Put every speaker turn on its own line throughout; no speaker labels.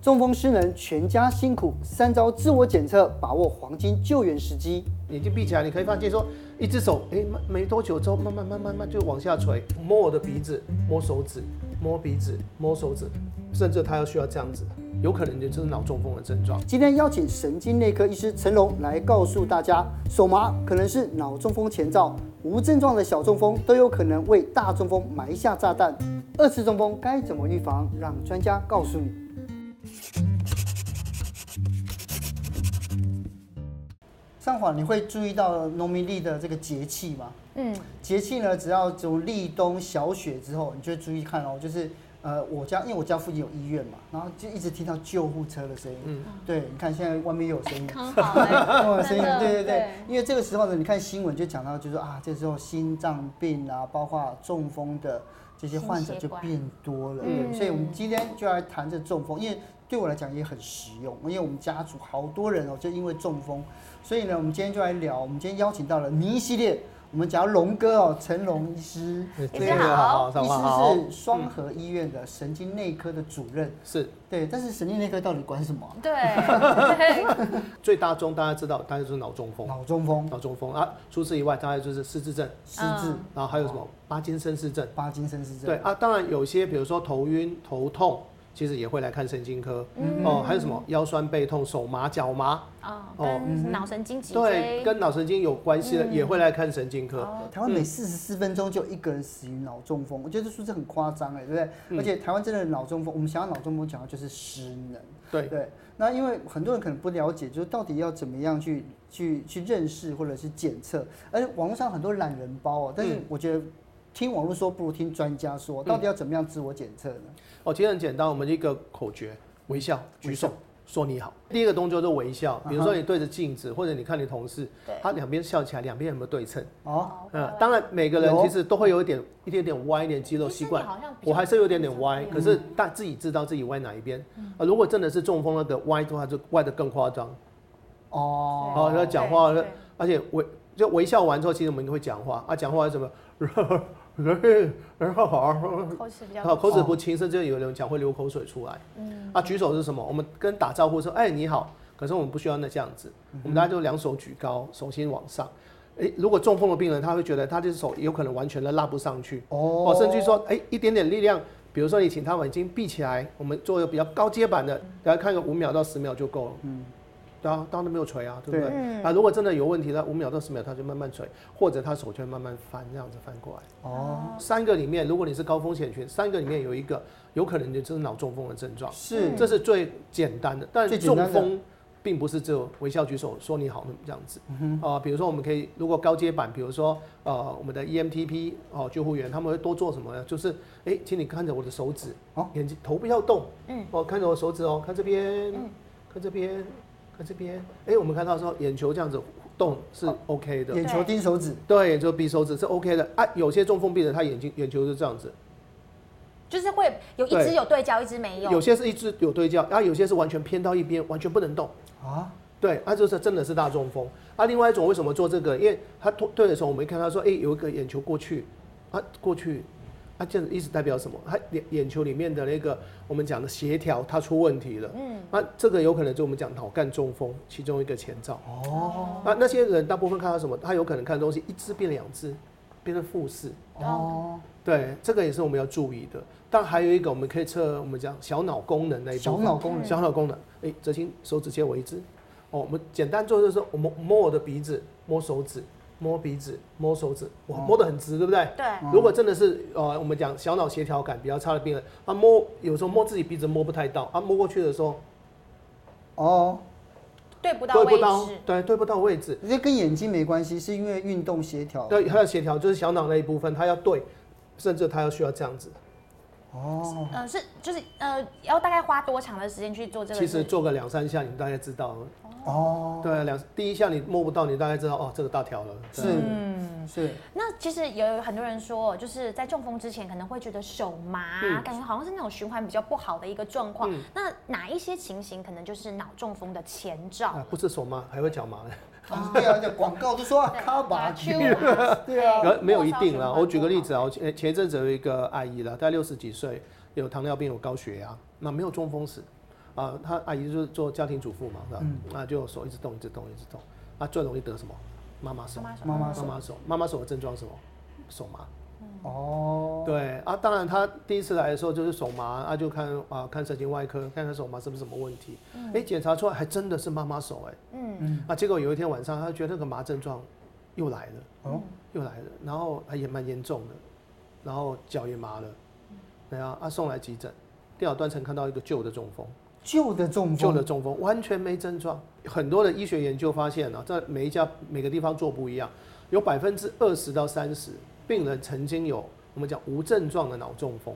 中风失能，全家辛苦，三招自我检测，把握黄金救援时机。
眼睛闭起来，你可以发现说，一只手哎，没没多久之后，慢慢慢慢慢就往下垂，摸我的鼻子，摸手指，摸鼻子，摸手指，甚至他要需要这样子，有可能你就是脑中风的症状。
今天邀请神经内科医师陈龙来告诉大家，手麻可能是脑中风前兆，无症状的小中风都有可能为大中风埋下炸弹。二次中风该怎么预防？让专家告诉你。上华，你会注意到农民历的这个节气吗？
嗯，
节气呢，只要从立冬小雪之后，你就注意看哦，就是呃，我家因为我家附近有医院嘛，然后就一直听到救护车的声音。
嗯
对，你看现在外面又有声音。
很 好哎、
哦，声
真
音，
的
对对对
对，
因为这个时候呢，你看新闻就讲到，就是说啊，这时候心脏病啊，包括中风的这些患者
心血
就
管
变多了，
嗯
对所以我们今天就来谈这中风，因为对我来讲也很实用，因为我们家族好多人哦，就因为中风，所以呢，我们今天就来聊，我们今天邀请到了倪系列，我们讲到龙哥哦，陈龙医师，
大
这
家
个
好
上话
医
好
师，是双河医院的神经内科的主任，
是
对，但是神经内科到底管什么啊、
对， 对
最大宗大家知道，大家就是脑中风，
脑中风、
脑中风啊，除此以外，大概就是失智症，
失智
嗯、
然后还有什么帕金森氏症。
巴金森氏症。
对啊，当然有些比如说头晕、头痛，其实也会来看神经科。
嗯
哦，还有什么腰酸背痛、手麻、脚麻，
哦，
哦
跟脑神经脊
对，
椎，哦
跟脑神经有关系的、也会来看神经科。
台
嗯
湾每四十四分钟就一个人死于脑中风，我觉得这数字很夸张哎，对不对？
嗯
而且台湾真的脑中风，我们想要脑中风讲的就是失能，
对，
对。那因为很多人可能不了解，就是到底要怎么样去去去认识或者是检测，而且网络上很多懒人包哦，但是
嗯
我觉得听网络说不如听专家说，到底要怎么样自我检测呢？
哦，其实很简单，我们一个口诀：微笑、举手、说你好。第一个动作就是微笑，比如说你对着镜子，或者你看你同事，他两边笑起来，两边有没有对称？
哦，
嗯，
呃
当然每个人
有
其实都会有一点一点点歪一点肌肉习惯
医生好像比较
我还是有点点歪，可是大自己知道自己歪哪一边。啊，如果真的是中风那个歪的话，就歪的更夸张。
哦，
哦，要讲话
对对，
而且微就微笑完之后，其实我们会讲话啊，讲话有什么，然后好，
口齿比较
嗯好，口齿不清，甚至有人讲会流口水出来。嗯，啊，举手是什么？我们跟打招呼说，哎，你好。可是我们不需要那这样子，我们大家就两手举高，手心往上。哎，如果中风的病人，他会觉得他这手有可能完全的拉不上去，
哦
哦，甚至说，哎，一点点力量，比如说你请他眼睛闭起来，我们做个比较高阶版的，大家看个五秒到十秒就够了。嗯，对啊，当然没有垂啊，对不对？
嗯
啊，如果真的有问题那五秒到十秒他就慢慢垂，或者他手就会慢慢翻，这样子翻过来。
哦，
三个里面，如果你是高风险群，三个里面有一个有可能你就是脑中风的症状，
是
这是最简单的。但
嗯最
是
简单
中
的
风并不是只有微笑举手说你好这样子。啊、
嗯
比如说我们可以，如果高阶版，比如说呃我们的 EMTP 哦、救护员，他们会多做什么呢？就是哎，请你看着我的手指，
哦
眼睛头不要动，嗯，哦看着我手指哦，看这边，
嗯
看这边，看这边，哎，我们看到说眼球这样子动是 OK 的。
哦眼球盯手指，
对，眼球比手指是 OK 的啊。有些中风病人他眼睛眼球是这样子，
就是会有一只
对
有对焦，一只没有，
有些是一直有对焦，然、后有些是完全偏到一边，完全不能动。
啊，
对，那、就是真的是大中风。啊，另外一种为什么做这个？因为他脱对的时候，我们看他说，哎、有一个眼球过去，啊，过去，啊，这样子意思代表什么？他眼眼球里面的那个我们讲的协调，它出问题了。嗯，那、这个有可能就我们讲脑干中风其中一个前兆。
哦，
啊，那些人大部分看到什么？他有可能看东西一只变两只，变成复视。
哦，
对，这个也是我们要注意的。但还有一个，我们可以测我们讲小脑功能那一部
小
分。
脑功能，
小脑功能，哎，泽清手指借我一支。哦，我们简单做就是我摸摸我的鼻子，摸手指，摸鼻子，摸手指，
哦
哇，摸得很直，对不对？
对，
如果真的是呃，我们讲小脑协调感比较差的病人，啊摸有时候摸自己鼻子摸不太到，啊摸过去的时候
哦。
对不到
对
位
不到
置，，
对对不到位置，
这跟眼睛没关系，是因为运动协调。
对，它要协调就是小脑那一部分，它要对，甚至它要需要这样子。
哦，
嗯、是就是呃，要大概花多长的时间去做这个？
其实做个两三下，你大概知道了。
哦，
对，两第一下你摸不到，你大概知道哦，这个大条了。对
是，
嗯
是，
那其实也有很多人说，就是在中风之前可能会觉得手麻，
嗯
感觉好像是那种循环比较不好的一个状况。那哪一些情形可能就是脑中风的前兆？
啊，不是手麻，还会脚麻呢。
对啊，这广告都说啊， 卡巴基，对啊，
然后没有一定啦。
末梢循环
我举个例
不好，
子啊，我前前一阵子有一个阿姨啦，大概六十几岁，有糖尿病，有高血压，那没有中风史。啊，她阿姨就是做家庭主妇嘛，是吧？啊，就手一直动，一直动，一直动，啊，最容易得什么？妈妈手，
妈妈
妈妈手，妈妈手的症状是什么？手麻。
哦，
对啊，当然他第一次来的时候就是手麻，啊就看啊看神经外科，看看手麻是不是什么问题。哎、检查出来还真的是妈妈手哎、
嗯，
啊，结果有一天晚上他觉得那个麻症状又来了，
哦，
又来了，然后还也蛮严重的，然后脚也麻了，对啊，啊送来急诊，电脑断层看到一个旧的中风。
旧的中
旧
风，
的中风完全没症状。很多的医学研究发现啊，在每一家每个地方做不一样，有百分之二十到三十病人曾经有我们讲无症状的脑中风，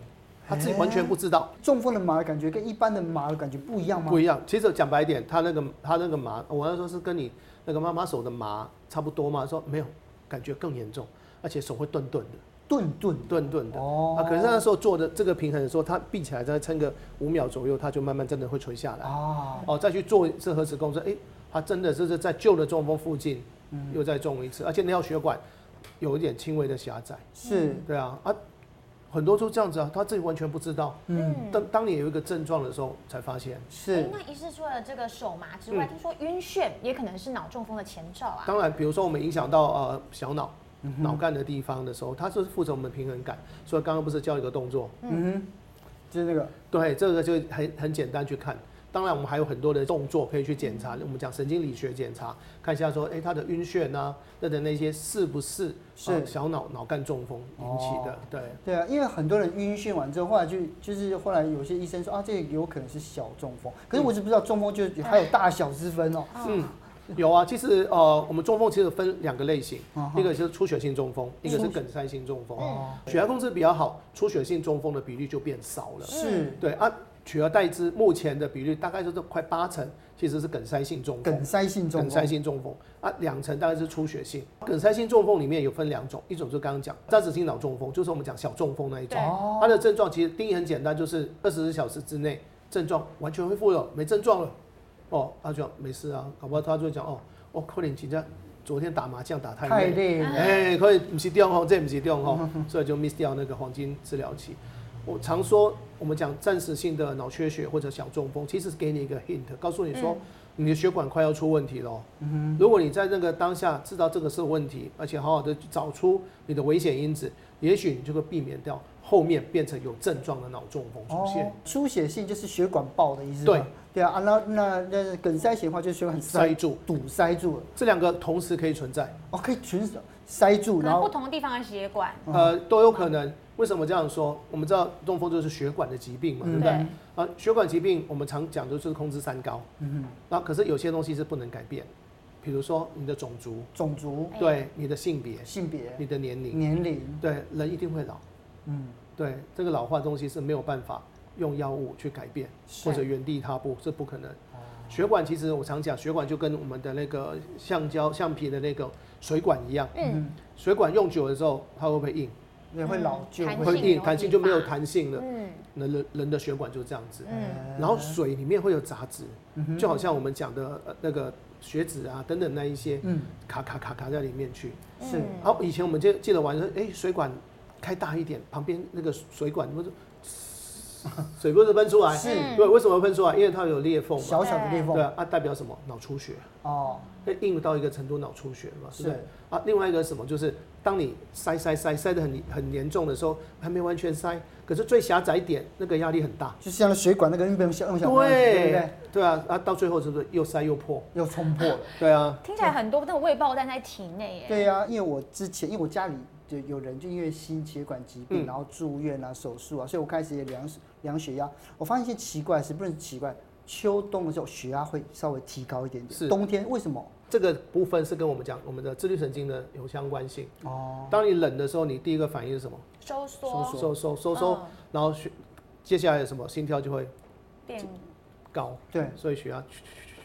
他自己完全不知道，
中风的麻的感觉跟一般的麻的感觉不一样吗？
不一样。其实讲白一点，他那个他那个麻，我那时候是跟你那个妈妈手的麻差不多嘛，说没有，感觉更严重，而且手会顿顿的，
顿顿
顿顿的。
哦，
啊，可是那时候做的这个平衡的时候，他闭起来再撑个五秒左右，他就慢慢真的会垂下来。
啊，
哦，再去做一次核磁共振，哎、他真的就是在旧的中风附近，
嗯
又再中一次，而且尿血管有一点轻微的狭窄，
是，
对啊，啊，很多都这样子啊，他自己完全不知道。
嗯，
当当你有一个症状的时候，才发现。
哎
是，嗯
那医师除了这个手麻之外，听说晕眩也可能是脑中风的前兆啊。
当然，比如说我们影响到呃小脑、脑干的地方的时候，它是负责我们平衡感，所以刚刚不是教一个动作，
嗯哼，就是那个
对，这个就很很简单去看。当然，我们还有很多的动作可以去检查。我们讲神经理学检查，看一下说，哎、他的晕眩啊，那的那些是不是呃
是
小脑脑干中风引起的？对，
对啊，因为很多人晕眩完之后，后来就就是后来有些医生说啊，这个有可能是小中风，可是我就不知道中风就还有大小之分哦。
嗯，有啊。其实呃，我们中风其实分两个类型，一个是出血性中风，一个是梗塞性中风。
哦，
血压控制比较好，出血性中风的比率就变少了。
是
对啊，取而代之，目前的比率大概就是快八成，其实是梗塞性中风
梗。塞性中
梗塞
风，
性中风啊，两层大概是出血性。梗塞性中风里面有分两种，一种就刚刚讲暂时性脑中风，就是我们讲小中风那一种。
对
哦
它的症状其实定义很简单，就是二十四小时之内症状完全恢复了，没症状了。哦，他就讲没事啊，搞不好他就讲哦，我可能今天昨天打麻将打太
太
累了，
累了，
哎、可以不是中风，这不是中风， 所以就 miss 掉那个黄金治疗期。我常说，我们讲暂时性的脑缺血或者小中风，其实是给你一个 hint，告诉你说、你的血管快要出问题了。如果你在那个当下知道这个是问题，而且好好的找出你的危险因子，也许你就会避免掉后面变成有症状的脑中风出现。
哦，出血性就是血管爆的意思吗。
对
对啊，啊那那那梗塞型的话就是血管塞
塞住，
堵塞住了，
这两个同时可以存在。
哦，可以全塞住，
可
然
能不
后
同的地方的血管，
呃，都有可能。为什么这样说？我们知道中风就是血管的疾病
嗯
嘛，对不对？
对
啊，血管疾病我们常讲就是控制三高，嗯，那可是有些东西是不能改变，比如说你的种族，
种族、
哎
对你的性别、
性别、
你的年龄，
年龄，
对人一定会老，
嗯，
对这个老化的东西是没有办法用药物去改变
是
或者原地踏步，这不可能。血管其实我常讲，血管就跟我们的那个橡胶、橡皮的那个水管一样，
嗯，
水管用久了之后，它会不会硬？
也会老旧，
弹
会
性
硬，
有
弹
地
性就没有
方
弹性了。
嗯
人人人的血管就这样子，
呃
嗯，
然后水里面会有杂质，
嗯
就好像我们讲的呃那个血脂啊等等那一些
嗯，
卡卡卡卡在里面去。
是
嗯
然后以前我们记记得玩说，哎，水管开大一点，旁边那个水管不是水不是喷出来？
是
对，为什么会喷出来？因为它有裂缝嘛。
小小的裂缝
对，啊，啊代表什么？脑出血，
哦，
那硬到一个程度脑出血嘛，是不是
是？
啊，另外一个是什么就是，当你塞塞塞塞得很很严重的时候，还没完全塞，可是最狭窄点那个压力很大，
就像那水管那个运动小用小那样子对不
对
对？
对啊，啊，到最后是不是又塞又破？
又冲破了。
对啊，
听起来很多，但我未爆弹在体内耶。
对呀、因为我之前因为我家里就有人就因为心血管疾病，
嗯
然后住院啊、手术啊，所以我开始也量量血压。我发现一些奇怪的事，不是奇怪，秋冬的时候血压会稍微提高一点点，
是
冬天为什么？
这个部分是跟我们讲我们的自律神经的有相关性。
哦，
当你冷的时候，你第一个反应是什么？
收
收
缩
缩
收收收缩
嗯，
然后血接下来什么？心跳就会
变
高，
对
所以血压。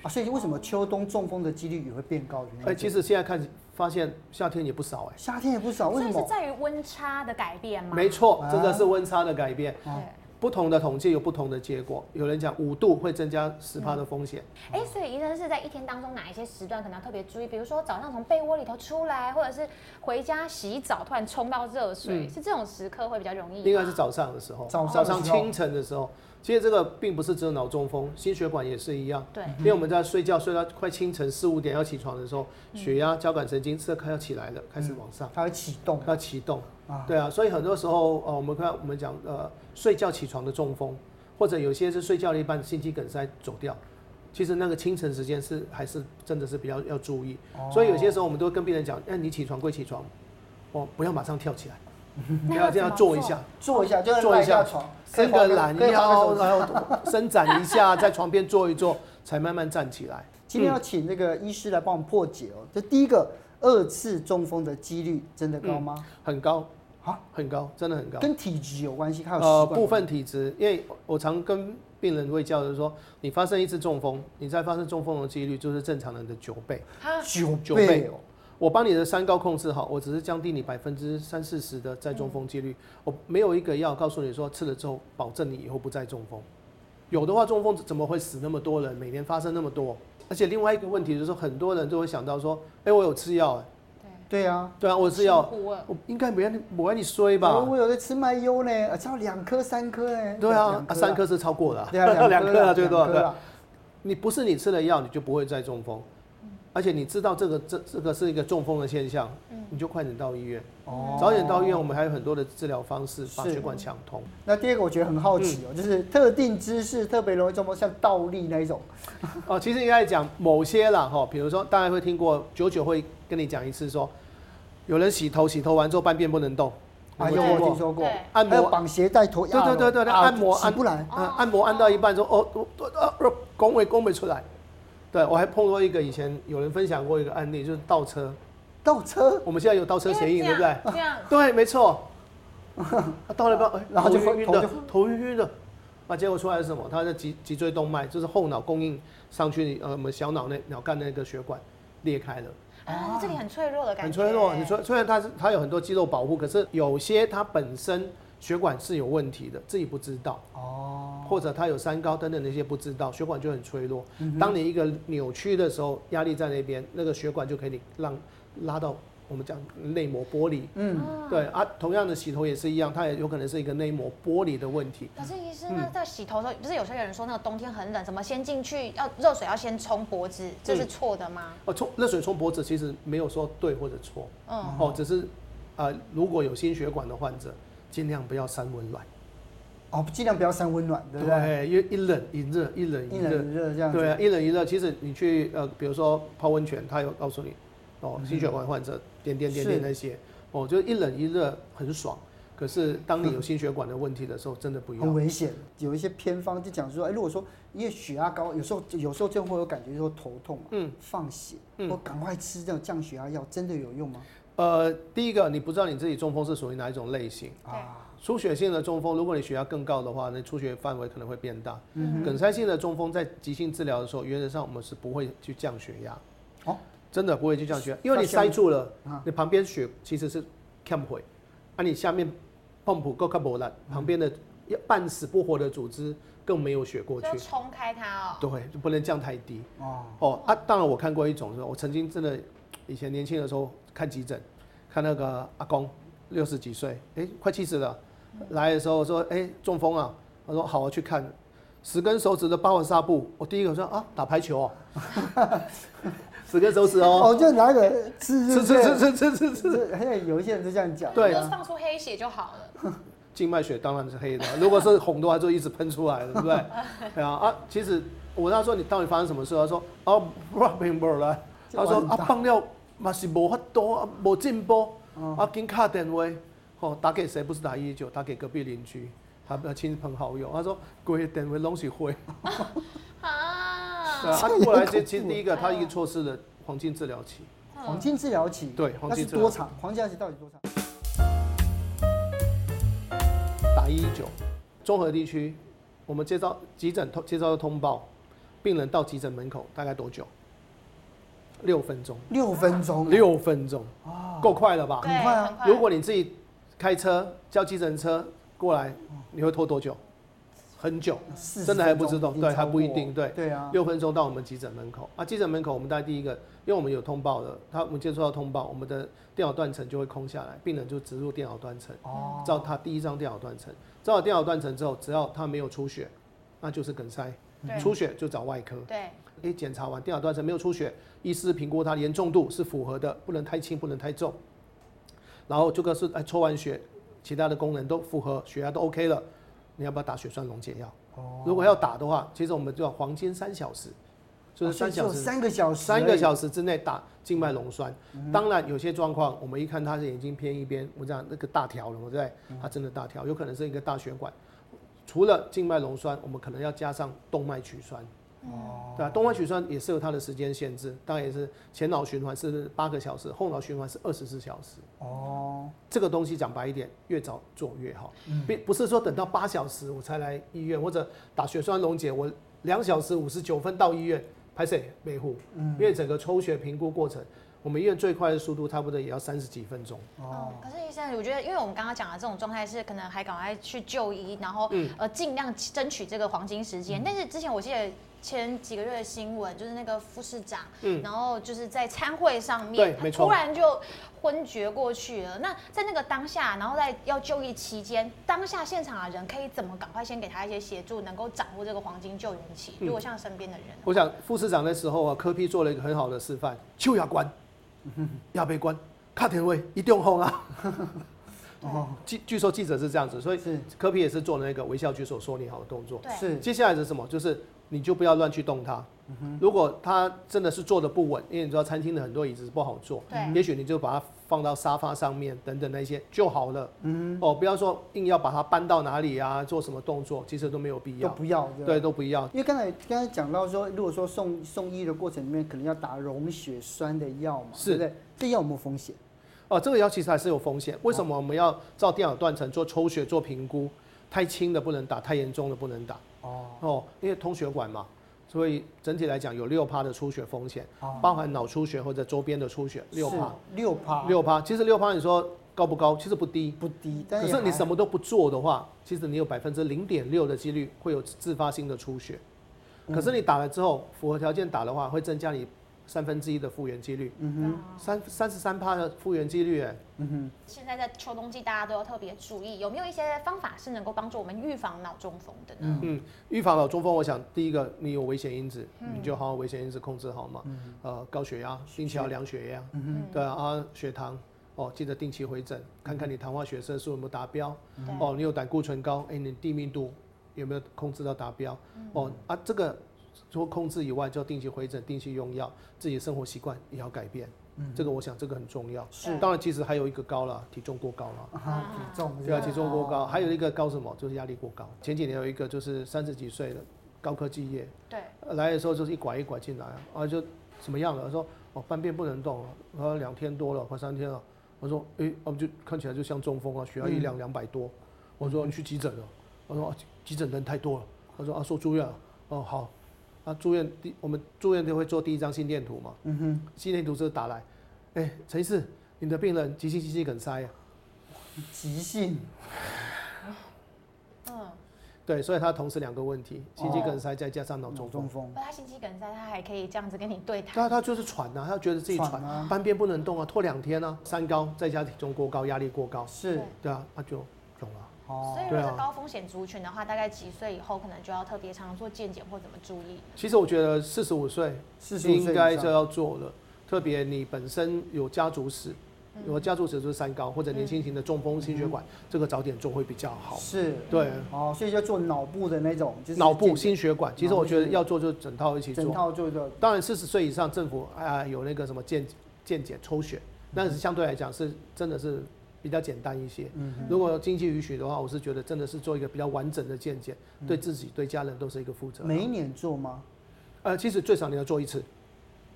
啊，所以为什么秋冬中风的几率也会变高？原因
哎，其实现在看发现夏天也不少哎。
夏天也不少，为
所
什
以是
么？
在于温差的改变吗？
没错
啊，
这个是温差的改变。
对。
不同的统计有不同的结果，有人讲五度会增加十趴的风险，
哎，所以医生是在一天当中哪一些时段可能要特别注意？比如说早上从被窝里头出来，或者是回家洗澡突然冲到热水，是这种时刻会比较容易吗。
嗯应该是早上的时候，
早上的
上
时候
清晨的时候，其实这个并不是只有脑中风，心血管也是一样。
对，
因为我们在睡觉睡到快清晨四五点要起床的时候，血压、交感神经这开要起来了，开始往上，
啊它会启动
要启动。
啊，
对啊，所以很多时候，呃，我们看我们讲，呃，睡觉起床的中风，或者有些是睡觉了一半心肌梗塞走掉，其实那个清晨时间是还是真的是比较要注意。
哦
所以有些时候我们都会跟病人讲，那、你起床归起床，哦，不要马上跳起来，
那
嗯
嗯
你
要
要这样
怎么
坐一下，
坐一下就是
坐一
赖
下
床，可以
伸个
划
懒
可以划
腰，
个手
然后伸展一下，在床边坐一坐，才慢慢站起来。
今
嗯
天要请那个医师来帮我们破解哦。这第一个，二次中风的几率真的
嗯
高吗？
很高
啊，
很高，真的很高。
跟体质有关系，还有
呃
习
部
惯。
分体质，因为我常跟病人会教就是说，你发生一次中风，你再发生中风的几率就是正常人的九倍。
啊，
九
九
倍
倍
哦，
我帮你的三高控制好，我只是降低你百分之三四十的再中风几
嗯
率，我没有一个药告诉你说吃了之后保证你以后不再中风。有的话，中风怎么会死那么多人？每年发生那么多，而且另外一个问题就是说，很多人都会想到说，哎、我有吃药、哎
对啊，哦
对啊，我有吃药，
辛苦了
我应该没让你没让你衰吧？
我有的吃麦优呢，啊，吃到两颗三颗呢。
对啊，啊
两
三，颗是超过了、
对 啊，
两
颗
颗
啦
啊，最多
两颗
啊对啊
啦。
你不是你吃了药，你就不会再中风，而且你知道这个这这个是一个中风的现象，你就快点到医院，
哦
早点到医院，我们还有很多的治疗方式把
是
血管抢通。
那第二个我觉得很好奇哦，
嗯
就是特定姿势特别容易中风，像倒立那一种，
哦，其实应该讲某些啦，哈，比如说大家会听过，久久会跟你讲一次说，有人洗头，洗头完之后半边不能动，你
啊，
有
有
没
我
有
听
听过？
说过
对，
按摩
还有绑鞋带头压
对
拢，
对对对对，
啊
按摩
起
按
不来，
啊，按摩按到一半说哦，我我呃，拱尾拱不出来。对我还碰过一个以前有人分享过一个案例，就是倒车，
倒车，
我们现在有倒车协议，对不对？？
这样，
对，没错。 啊到了一半，哎
然后就
头晕晕
头
的
就，
头晕晕的。啊，结果出来是什么？它的脊脊椎动脉，就是后脑供应上去，呃，我们小脑那脑干那个血管裂开了，
啊，
哦
这里很脆弱的感觉，
很脆弱。你说虽然它是它有很多肌肉保护，可是有些它本身血管是有问题的，自己不知道。
哦，
或者他有三高等等那些不知道，血管就很脆弱。当你一个扭曲的时候，压力在那边，那个血管就可以让拉到我们讲内膜剥离。
嗯，
啊，
对啊，同样的洗头也是一样，它也有可能是一个内膜剥离的问题。
可是医
嗯
生，那在洗头的时候，不是有些人说那个冬天很冷，怎么先进去要热水要先冲脖子，这是错的吗？
哦，冲热水冲脖子其实没有说对或者错，
嗯，
哦，只是呃，如果有心血管的患者，尽量不要三温暖，
哦，尽量不要三温暖，对不对？
因为一冷一热，一冷
一
一
冷
热，
一热这样子，
对啊，一冷一热。其实你去呃，比如说泡温泉，他有告诉你，哦，心血管患者点点点点
嗯是
那些，哦，就是一冷一热很爽。可是当
嗯
你有心血管的问题的时候，真的不
很
要。
危险。有一些偏方就讲说，哎、如果说因为血压高，有时候有时候真的会有感觉说头痛嘛，啊
嗯，
放血，
嗯
或赶快吃这种降血压药，真的有用吗？
呃，第一个你不知道你自己中风是属于哪一种类型，
对
啊，
出血性的中风，如果你血压更高的话，那出血范围可能会变大。
嗯
梗塞性的中风在急性治疗的时候，原则上我们是不会去降血压，
哦，
真的不会去降血压，因为你
降
塞住了
啊，
你旁边血其实是看不回，啊，你下面泵浦够看不了，旁边的半死不活的组织更没有血过去
就要，冲开它哦。
对，就不能降太低。
哦，
哦啊，当然我看过一种，我曾经真的以前年轻的时候看急诊，看那个阿公六十几岁，哎、快七十了，来的时候说，哎、中风啊，我说好，我去看，十根手指的八环纱布，我第一个说啊，打排球哦，十根手指哦，
哦，就拿个吃
吃吃吃吃吃吃吃，
吃，哎，有一些人是这样讲，
对
就是放出黑血就好了。
静脉血当然是黑的，如果是红的话就一直喷出来了，对不对？对啊啊，其实我跟他说你到底发生什么事，他说哦，不明白了，
这
他说
完
啊
蛋
放了嘛是无法多啊，无进步，
哦
啊紧卡电话，哦打给谁不是打一一九，打给隔壁邻居，他的亲朋好友，他说规个电话拢是灰，
啊，
对啊，啊
这个
过来
好恐
其其实
怖
第一个他已经错失了黄金治疗期，
嗯
黄金治疗期，
嗯对黄
那
金
是
治疗
多长？黄金治疗期到底多长？
打一一九，综合地区，我们接到急诊通接到通报，病人到急诊门口大概多久？六分钟，
六分钟，
六分钟，
啊，
够快了吧？
对，
很快啊
很快。
如果你自己开车叫计程车过来，你会拖多久？很久，
40
真的还不知道
分钟
对
已经超
还不一
过
定对
对啊，
六分钟到我们急诊门口啊。急诊门口我们大概第一个，因为我们有通报的，他我们接触到通报，我们的电脑断层就会空下来，病人就植入电脑断层。
哦，
照他第一张电脑断层，照了电脑断层之后，只要他没有出血，那就是梗塞；
对
出血就找外科。
对，
诶，检查完电脑断层没有出血，医师评估它严重度是符合的，不能太轻，不能太重。然后这个是哎抽完血，其他的功能都符合，血压都 OK 了，你要不要打血栓溶解药？
哦，
如果要打的话，其实我们叫黄金三小时，就是
哦所以
三
只有
小时
三个小时而已，嗯
三个小时之内打静脉溶栓。当然，有些状况我们一看他的眼睛偏一边，我讲那个大条了，对不对？
嗯
他真的大条，有可能是一个大血管。除了静脉溶栓，我们可能要加上动脉曲栓。
嗯
哦，对啊，动脉曲栓也是有它的时间限制，当然也是前脑循环是八个小时，后脑循环是二十四小时。
哦，
这个东西讲白一点，越早做越好，并不是说等到八小时我才来医院，或者打血栓溶解，我两小时五十九分到医院拍谁维护，
嗯
因为整个抽血评估过程，我们医院最快的速度差不多也要三十几分钟。
哦
哦，，可是医生，我觉得，因为我们刚刚讲的这种状态是可能还赶快去就医，然后、
嗯
呃尽量争取这个黄金时间。但是之前我记得前几个月的新闻，就是那个副市长，然后就是在参会上
嗯对
面，他
没错
突然就昏厥过去了。那在那个当下，然后在要就医期间，当下现场的人可以怎么赶快先给他一些协助，能够掌握这个黄金救援期？
嗯
如果像身边的人，啊
我想副市长那时候啊，柯批做了一个很好的示范，就要关，要被关，卡田位一定轰啊！
哦，
据据说记者是这样子，所以
是
柯批也是做了那个微笑举手说你好的动作。
嗯对，
是
接下来是什么？就是你就不要乱去动它。如果它真的是坐的不稳，因为你知道餐厅的很多椅子不好坐，
对啊
也许你就把它放到沙发上面等等那些就好了。嗯，哦，不要说硬要把它搬到哪里啊，做什么动作，其实都没有必
都
要，
不要这样
对，都不要。
因为刚才刚才讲到说，如果说送送医的过程里面，可能要打溶血栓的药嘛，对
是
不对？这药有没有风险？
哦，这个药其实还是有风险。为什么我们要照电脑断层做抽血做评估？太轻的不能打，太严重的不能打。
哦，
哦，因为通血管嘛，所以整体来讲有六趴的出血风险，
哦
包含脑出血或者周边的出血六趴。
是，六趴，
六趴，其实六趴你说高不高？其实不低。
不低，但
可
也
是你
还
什么都不做的话，其实你有百分之零点六的几率会有自发性的出血。
嗯
可是你打了之后，符合条件打的话，会增加你三分之一的复原几率，
嗯
三三十三趴的复原几率，哎，
现在在秋冬季，大家都要特别注意，有没有一些方法是能够帮助我们预防脑中风的呢？
嗯，预防脑中风，我想第一个你有危险因子，
嗯
你就好好危险因子控制好嘛，呃，高血压，定期要量血压，
嗯
对啊啊，血糖。哦，记得定期回诊，看看你糖化血色素有没有达标。
嗯
哦，你有胆固醇高，哎、你低密度有没有控制到达标？哦啊，这个除了控制以外，就要定期回诊、定期用药，自己生活习惯也要改变。
嗯
这个我想这个很重要。
是
当然其实还有一个高了，体重过高了。
啊体重
对
是
啊，
吧
体重过高，还有一个高什么，就是压力过高。前几年有一个就是三十几岁的高科技业
对，
呃来的时候，就是一拐一拐进来啊，啊就怎么样了？他说哦半边不能动了，然后两天多了，快三天了。我说诶，我们就看起来就像中风啊，血压一两两百多。我说你去急诊了。我说、啊、急诊人太多了。他说啊说住院了。哦好，啊住院第我们住院就会做第一张心电图嘛。嗯哼，心电图就是打来，哎陈医师，你的病人急性心肌梗塞啊。
急性
嗯，
对，所以它同时两个问题，心肌梗塞再加上脑
脑
中风
中。风，
不，他心肌梗塞，他还可以这样子跟你对谈，
他他就是喘啊，他觉得自己
喘啊
喘，半边不能动啊，拖两天啊，三高再加体重过高、压力过高，
是
对
对啊，那就肿了。
哦
所以如果
对
是
啊
高风险族群的话，大概几岁以后可能就要特别常做健检或怎么注意？
其实我觉得四十五岁
45岁以
应该
上
就要做了，特别你本身有家族史，有家族史就是三高或者年轻型的中风、心血管，这个早点做会比较好。
嗯是，
对，
哦，所以就做脑部的那种，就是
脑部、
健
心血管，其实
脑部
我觉得
心血
要做就整套一起
整
做。
套做的
当然，四十岁以上政府啊、有那个什么健健检抽血，但是相对来讲是真的是比较简单一些。
嗯
如果经济允许的话，我是觉得真的是做一个比较完整的健检，
嗯
对自己对家人都是一个负责。
每一年做吗？
呃，其实最少你要做一次，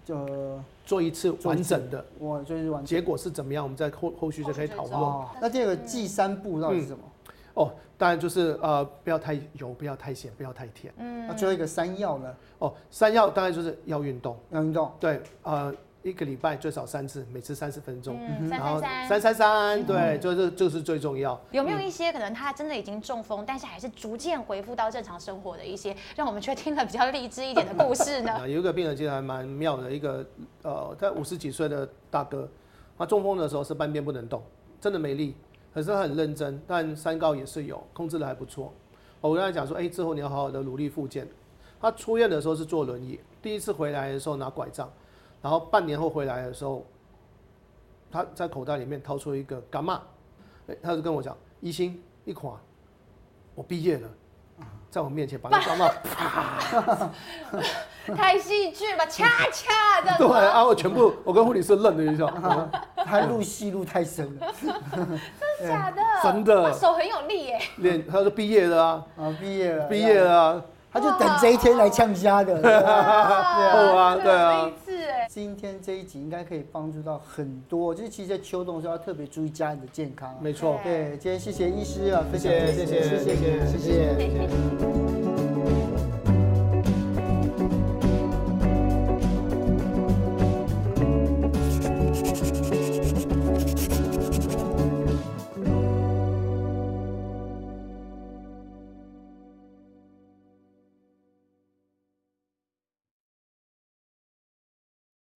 就
做一次
做一
完
次
整的，
我就是完
结果是怎么样，我们在后后续就可以讨
后续再
论。
哦，那这个记三步到底是什么？
哦，当然就是呃，不要太油，不要太咸，不要太甜。
嗯
那最后一个山药呢？
哦，三要当然就是要运动，
要运 动，
对，呃，一个礼拜最少三次，每次三十分钟。
嗯，三
然后
三
三
三。
三三，对，就是就是最重要。
有没有一些可能他真的已经中风，但是还是逐渐恢复到正常生活的一些，让我们却听了比较励志一点的故事 呢？
啊，有一个病人其实还蛮妙的，一个呃，在五十几岁的大哥，他中风的时候是半边不能动，真的没力，可是他很认真，但三高也是有，控制的还不错。哦我跟他讲说，哎、之后你要好好的努力复健。他出院的时候是坐轮椅，第一次回来的时候拿拐杖，然后半年后回来的时候，他在口袋里面掏出一个干嘛，哎他就跟我讲，一心一垮，我毕业了，在我面前把那干嘛
太戏剧吧，恰恰这样 子
对
吗，
啊，我全部，我跟护理师愣了一下，啊
他入戏入太深了
真的假的？
真的
哇手很有力耶，
脸，他说毕业了啊，
啊！毕业了，
毕业，了啊，
他就等这一天来呛虾的。对吧
哦啊
真的
对啊
很励志哎，
今天这一集应该可以帮助到很多，就是其实在秋冬的时候要特别注意家人的健康啊。
没错。
对，今天谢谢医师啊，分享
谢谢
这些谢
谢谢
谢
谢谢
谢谢。
嘿嘿